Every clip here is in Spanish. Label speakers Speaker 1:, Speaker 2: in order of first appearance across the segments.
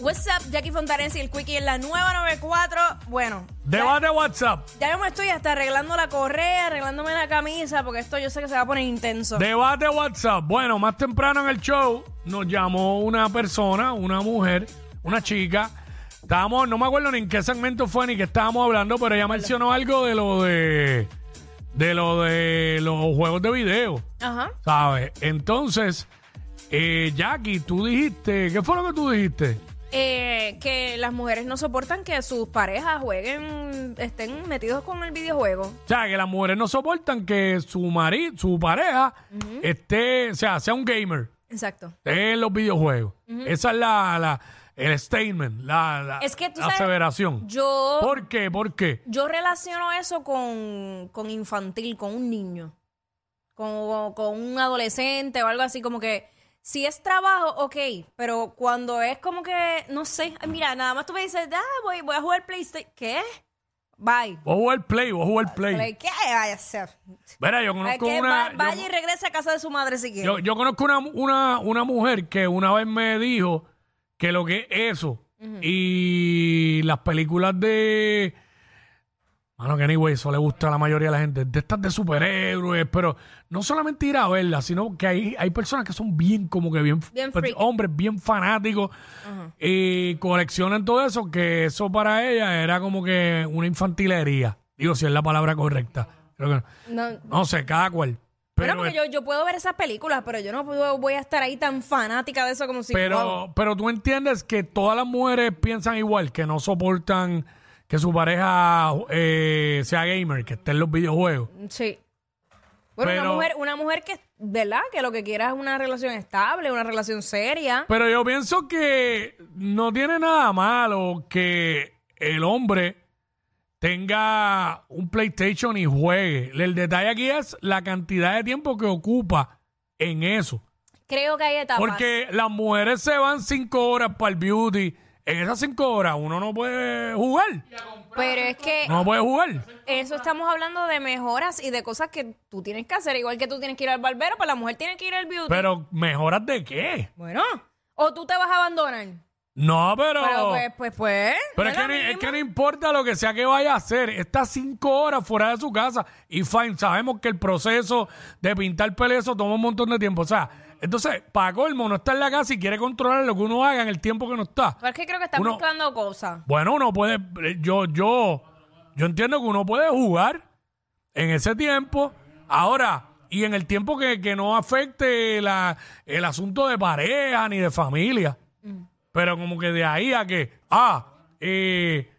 Speaker 1: What's up, Jackie Fontanes y el Quickie en la nueva 94. Bueno, ya,
Speaker 2: Debate WhatsApp.
Speaker 1: ya yo me estoy hasta arreglando la correa, arreglándome la camisa, porque esto yo sé que se va a poner intenso.
Speaker 2: Debate WhatsApp. Bueno, más temprano en el show nos llamó una persona, una mujer, una chica. Estábamos, no me acuerdo ni en qué segmento fue ni qué estábamos hablando, pero ella mencionó algo de lo de de lo de los juegos de video,
Speaker 1: Ajá.
Speaker 2: ¿sabes? Entonces, eh, Jackie, tú dijiste, ¿qué fue lo que tú dijiste?
Speaker 1: Eh, que las mujeres no soportan que sus parejas jueguen, estén metidos con el videojuego.
Speaker 2: O sea, que las mujeres no soportan que su marido, su pareja, esté, o sea, sea un gamer.
Speaker 1: Exacto.
Speaker 2: en los videojuegos. Esa es la, la- el statement, la, la-
Speaker 1: Es que tú
Speaker 2: la
Speaker 1: sabes,
Speaker 2: aseveración.
Speaker 1: Yo,
Speaker 2: ¿Por qué? ¿Por qué?
Speaker 1: yo relaciono eso con, con infantil, con un niño, con, con un adolescente o algo así, como que si es trabajo, ok, pero cuando es como que, no sé, ay, mira, nada más tú me dices, ah, voy, voy a jugar PlayStation, ¿qué? Bye.
Speaker 2: Vos jugar play, vos jugar play.
Speaker 1: Play, ¿Qué vaya a hacer?
Speaker 2: Mira, yo
Speaker 1: Ay,
Speaker 2: conozco
Speaker 1: que
Speaker 2: una.
Speaker 1: va-
Speaker 2: yo-
Speaker 1: vaya y regrese a casa de su madre si quiere.
Speaker 2: Yo, yo conozco una, una, una mujer que una vez me dijo que lo que es eso y las películas de. Mano, que anyway, eso le gusta a la mayoría de la gente. De estas de superhéroes, pero no solamente ir a verlas, sino que hay, hay personas que son bien, como que bien.
Speaker 1: Bien
Speaker 2: pues,
Speaker 1: freak.
Speaker 2: hombres bien fanáticos y coleccionan todo eso, que eso para ella era como que una infantilería. Digo, si es la palabra correcta. Creo que no.
Speaker 1: No,
Speaker 2: No sé, cada cual.
Speaker 1: bueno,
Speaker 2: Pero
Speaker 1: porque yo, yo puedo ver esas películas, pero yo no puedo- voy a estar ahí tan fanática de eso como si... wow.
Speaker 2: Pero, pero tú entiendes que todas las mujeres piensan igual, que no soportan que su pareja eh, sea gamer, que esté en los videojuegos.
Speaker 1: Sí. Bueno, una
Speaker 2: Pero-
Speaker 1: mujer, una mujer que, ¿verdad? Que lo que quiera es una relación estable, una relación seria.
Speaker 2: Pero yo pienso que no tiene nada malo que el hombre tenga un PlayStation y juegue. El detalle aquí es la cantidad de tiempo que ocupa en eso.
Speaker 1: Creo que hay etapas.
Speaker 2: Porque las mujeres se van cinco horas para el beauty. En esas cinco horas uno no puede jugar.
Speaker 1: pero es que
Speaker 2: No puede jugar.
Speaker 1: eso estamos hablando de mejoras y de cosas que tú tienes que hacer. Igual que tú tienes que ir al barbero, pues la mujer tiene que ir al beauty.
Speaker 2: Pero mejoras de qué?
Speaker 1: bueno. O tú te vas a abandonar.
Speaker 2: No, pero.
Speaker 1: Pero
Speaker 2: Pero,
Speaker 1: pues, pues, pues.
Speaker 2: es,
Speaker 1: no
Speaker 2: que
Speaker 1: lo
Speaker 2: no, es
Speaker 1: mismo.
Speaker 2: que no importa lo que sea que vaya a hacer, está cinco horas fuera de su casa y fine. Sabemos que el proceso de pintar pelezo toma un montón de tiempo. O sea, entonces, para colmo, no está en la casa y quiere controlar lo que uno haga en el tiempo que no está.
Speaker 1: Pero es que creo que estás
Speaker 2: Uno-
Speaker 1: mezclando cosas.
Speaker 2: Bueno, uno puede, yo, yo, yo entiendo que uno puede jugar en ese tiempo. Ahora, y en el tiempo que, que no afecte la, el asunto de pareja ni de familia.
Speaker 1: Mm.
Speaker 2: Pero como que de ahí a que, ah, eh,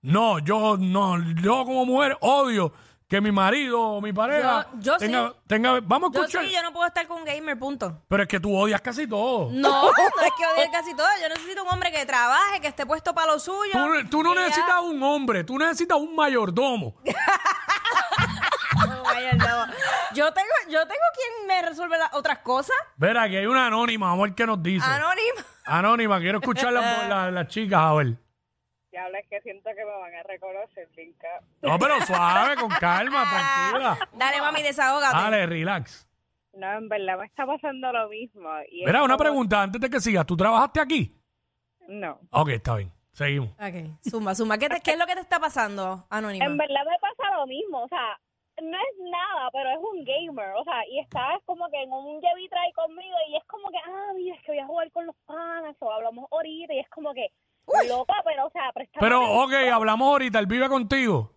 Speaker 2: no, yo no, yo como mujer odio que mi marido o mi pareja
Speaker 1: Yo- yo
Speaker 2: tenga,
Speaker 1: sí.
Speaker 2: tenga- vamos a
Speaker 1: Yo
Speaker 2: escuchar.
Speaker 1: sí, yo no puedo estar con gamer, punto.
Speaker 2: Pero es que tú odias casi todo.
Speaker 1: No, no es que odie casi todo. Yo necesito un hombre que trabaje, que esté puesto para lo suyo.
Speaker 2: Tú, no- tú no
Speaker 1: Y ya.
Speaker 2: necesitas un hombre, tú necesitas un mayordomo.
Speaker 1: No, vaya, no. Yo tengo, yo tengo quien me resuelve las otras cosas.
Speaker 2: Ver, aquí hay una anónima, vamos a ver qué nos dice.
Speaker 1: Anónimo.
Speaker 2: Anónima, quiero escuchar las la, las chicas, a ver.
Speaker 3: Ya habla, es que siento que me van a reconocer, brinca.
Speaker 2: No, pero suave, con calma, tranquila.
Speaker 1: Dale, mami, desahógate.
Speaker 2: Dale, relax.
Speaker 3: No, en verdad me está pasando lo mismo. Y es
Speaker 2: Mira, una
Speaker 3: como-
Speaker 2: pregunta antes de que sigas. ¿Tú trabajaste aquí?
Speaker 3: No.
Speaker 2: Ok, está bien. Seguimos.
Speaker 1: Ok, suma, suma. ¿Qué, te- qué es lo que te está pasando, Anónima?
Speaker 3: En verdad me pasa lo mismo, o sea, no es nada, pero es un gamer, o sea, y está como que en un Jevi trae conmigo y es como que, ah, mira, es que voy a jugar con los panas o hablamos ahorita y es como que, loca, pero, o sea, presta
Speaker 2: Pero, ok, hablamos ahorita. ¿Él vive contigo?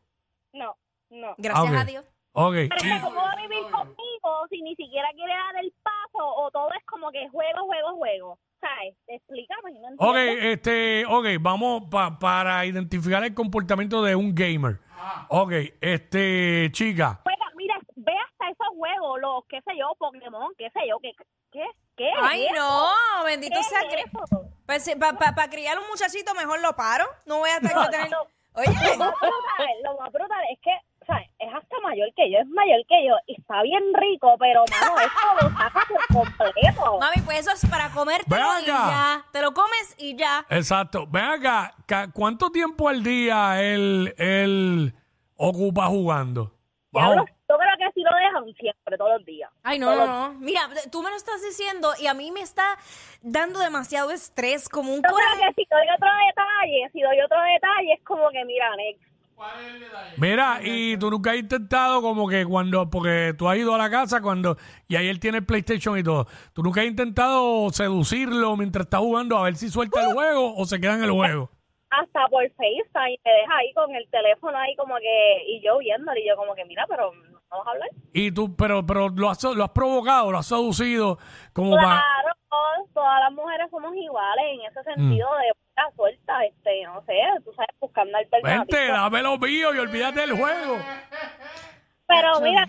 Speaker 3: No, no.
Speaker 1: Gracias
Speaker 2: Ah, ok.
Speaker 1: a Dios.
Speaker 2: Ok.
Speaker 3: Pero es que ¿cómo va a vivir conmigo si ni siquiera quiere dar el paso o todo es como que juego, juego, juego? ¿Sabes? Explícame, no entiendo.
Speaker 2: Ok, este, ok, vamos pa- para identificar el comportamiento de un gamer. Ok, este, chica.
Speaker 3: juega, mira, ve hasta esos juegos, los, qué sé yo, Pokémon, qué sé yo, qué, qué, qué.
Speaker 1: Ay,
Speaker 3: eso?
Speaker 1: no, bendito
Speaker 3: ¿Qué
Speaker 1: sea.
Speaker 3: es
Speaker 1: cre-
Speaker 3: eso?
Speaker 1: Pues, para criar un muchachito, mejor lo paro. No voy a estar yo tener. Oye,
Speaker 3: Lo más brutal, lo más brutal es que, o sea, es hasta mayor que yo, es mayor que yo, y está bien rico, pero, mano, esto lo saca por completo.
Speaker 1: mami, pues eso es para comértelo
Speaker 2: Ven
Speaker 1: y
Speaker 2: acá.
Speaker 1: ya. Te lo comes y ya.
Speaker 2: Exacto. Ven acá, ca- ¿cuánto tiempo al día él, él ocupa jugando?
Speaker 3: Diablo,
Speaker 2: Vamos.
Speaker 3: yo creo que así lo dejan siempre, todos los días.
Speaker 1: Ay, no, no, no. Mira, tú me lo estás diciendo y a mí me está dando demasiado estrés, como un
Speaker 3: Yo creo
Speaker 1: coraje.
Speaker 3: que si doy otro detalle, si doy otro detalle, es como que, mira, Nex,
Speaker 2: Mira, y tú nunca has intentado como que cuando, porque tú has ido a la casa cuando, y ahí él tiene el PlayStation y todo, tú nunca has intentado seducirlo mientras está jugando a ver si suelta el juego o se queda en el juego.
Speaker 3: hasta por FaceTime me deja ahí con el teléfono ahí como que, y yo viéndole, y yo como que, mira, pero ¿no vamos a hablar.
Speaker 2: Y tú, pero, pero lo has, lo has provocado, lo has seducido como para...
Speaker 3: Claro, todas las mujeres somos iguales en ese sentido
Speaker 2: Mm.
Speaker 3: de la suelta, este, no sé, tú sabes, buscando
Speaker 2: Vente,
Speaker 3: alternativas.
Speaker 2: dame lo mío y olvídate del juego.
Speaker 3: Pero mira,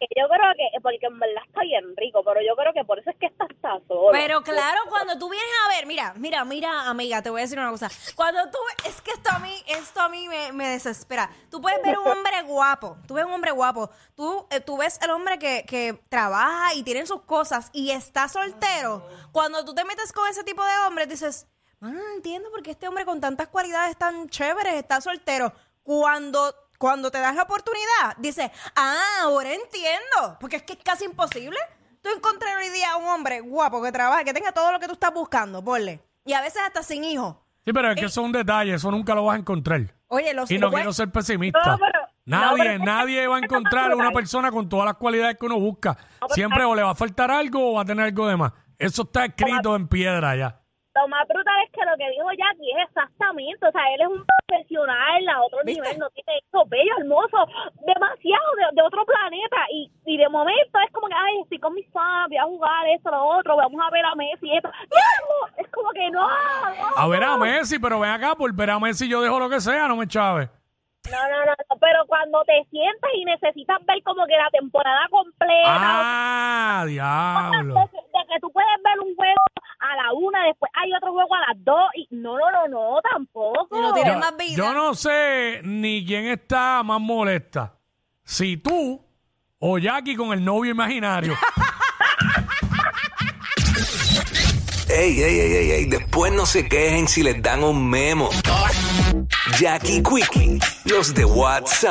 Speaker 3: que yo creo que, porque en verdad está bien rico, pero yo creo que por eso es que estás tan solo.
Speaker 1: Pero claro, cuando tú vienes a ver, mira, mira, mira, amiga, te voy a decir una cosa. Cuando tú, es que esto a mí, esto a mí me, me desespera. Tú puedes ver un hombre guapo, tú ves un hombre guapo, tú, eh, tú ves el hombre que, que trabaja y tiene sus cosas y está soltero. Cuando tú te metes con ese tipo de hombres, dices, "Mano, no entiendo por qué este hombre con tantas cualidades tan chéveres está soltero. Cuando... Cuando te das la oportunidad, dices, ah, ahora entiendo, porque es que es casi imposible. Tú encontré hoy día a un hombre guapo que trabaja, que tenga todo lo que tú estás buscando, ponle. Y a veces hasta sin hijos.
Speaker 2: Sí, pero es que eso es un detalle, eso nunca lo vas a encontrar.
Speaker 1: Oye, los
Speaker 2: Y no
Speaker 1: pues,
Speaker 2: quiero ser pesimista.
Speaker 3: No, pero- no,
Speaker 2: nadie,
Speaker 3: pero-
Speaker 2: nadie va a encontrar una persona con todas las cualidades que uno busca. Siempre o le va a faltar algo o va a tener algo de más. Eso está escrito en piedra ya.
Speaker 3: Lo más brutal es que lo que dijo Jackie es exactamente, o sea, él es un profesional a otro nivel, no tiene eso, bello, hermoso, demasiado de, de otro planeta y, y de momento es como que, ay, estoy con mis fans, voy a jugar esto, lo otro, vamos a ver a Messi, esto, ¡No! es como que no, no,
Speaker 2: A ver a Messi, pero ven acá, por ver a Messi yo dejo lo que sea, no me chaves.
Speaker 3: no, no, no, no, pero cuando te sientas y necesitas ver como que la temporada completa,
Speaker 2: Ah, diablo.
Speaker 3: de, que- de que tú puedes ver un juego a la una, después hay otro juego a las dos y no, no, no, no, tampoco.
Speaker 1: No tiene-
Speaker 2: Yo-
Speaker 1: más vida.
Speaker 2: Yo no sé ni quién está más molesta. Si tú o Jackie con el novio imaginario.
Speaker 4: Ey, ey, ey, ey, ey, después no se quejen si les dan un memo. Jackie Quickie, los de WhatsApp.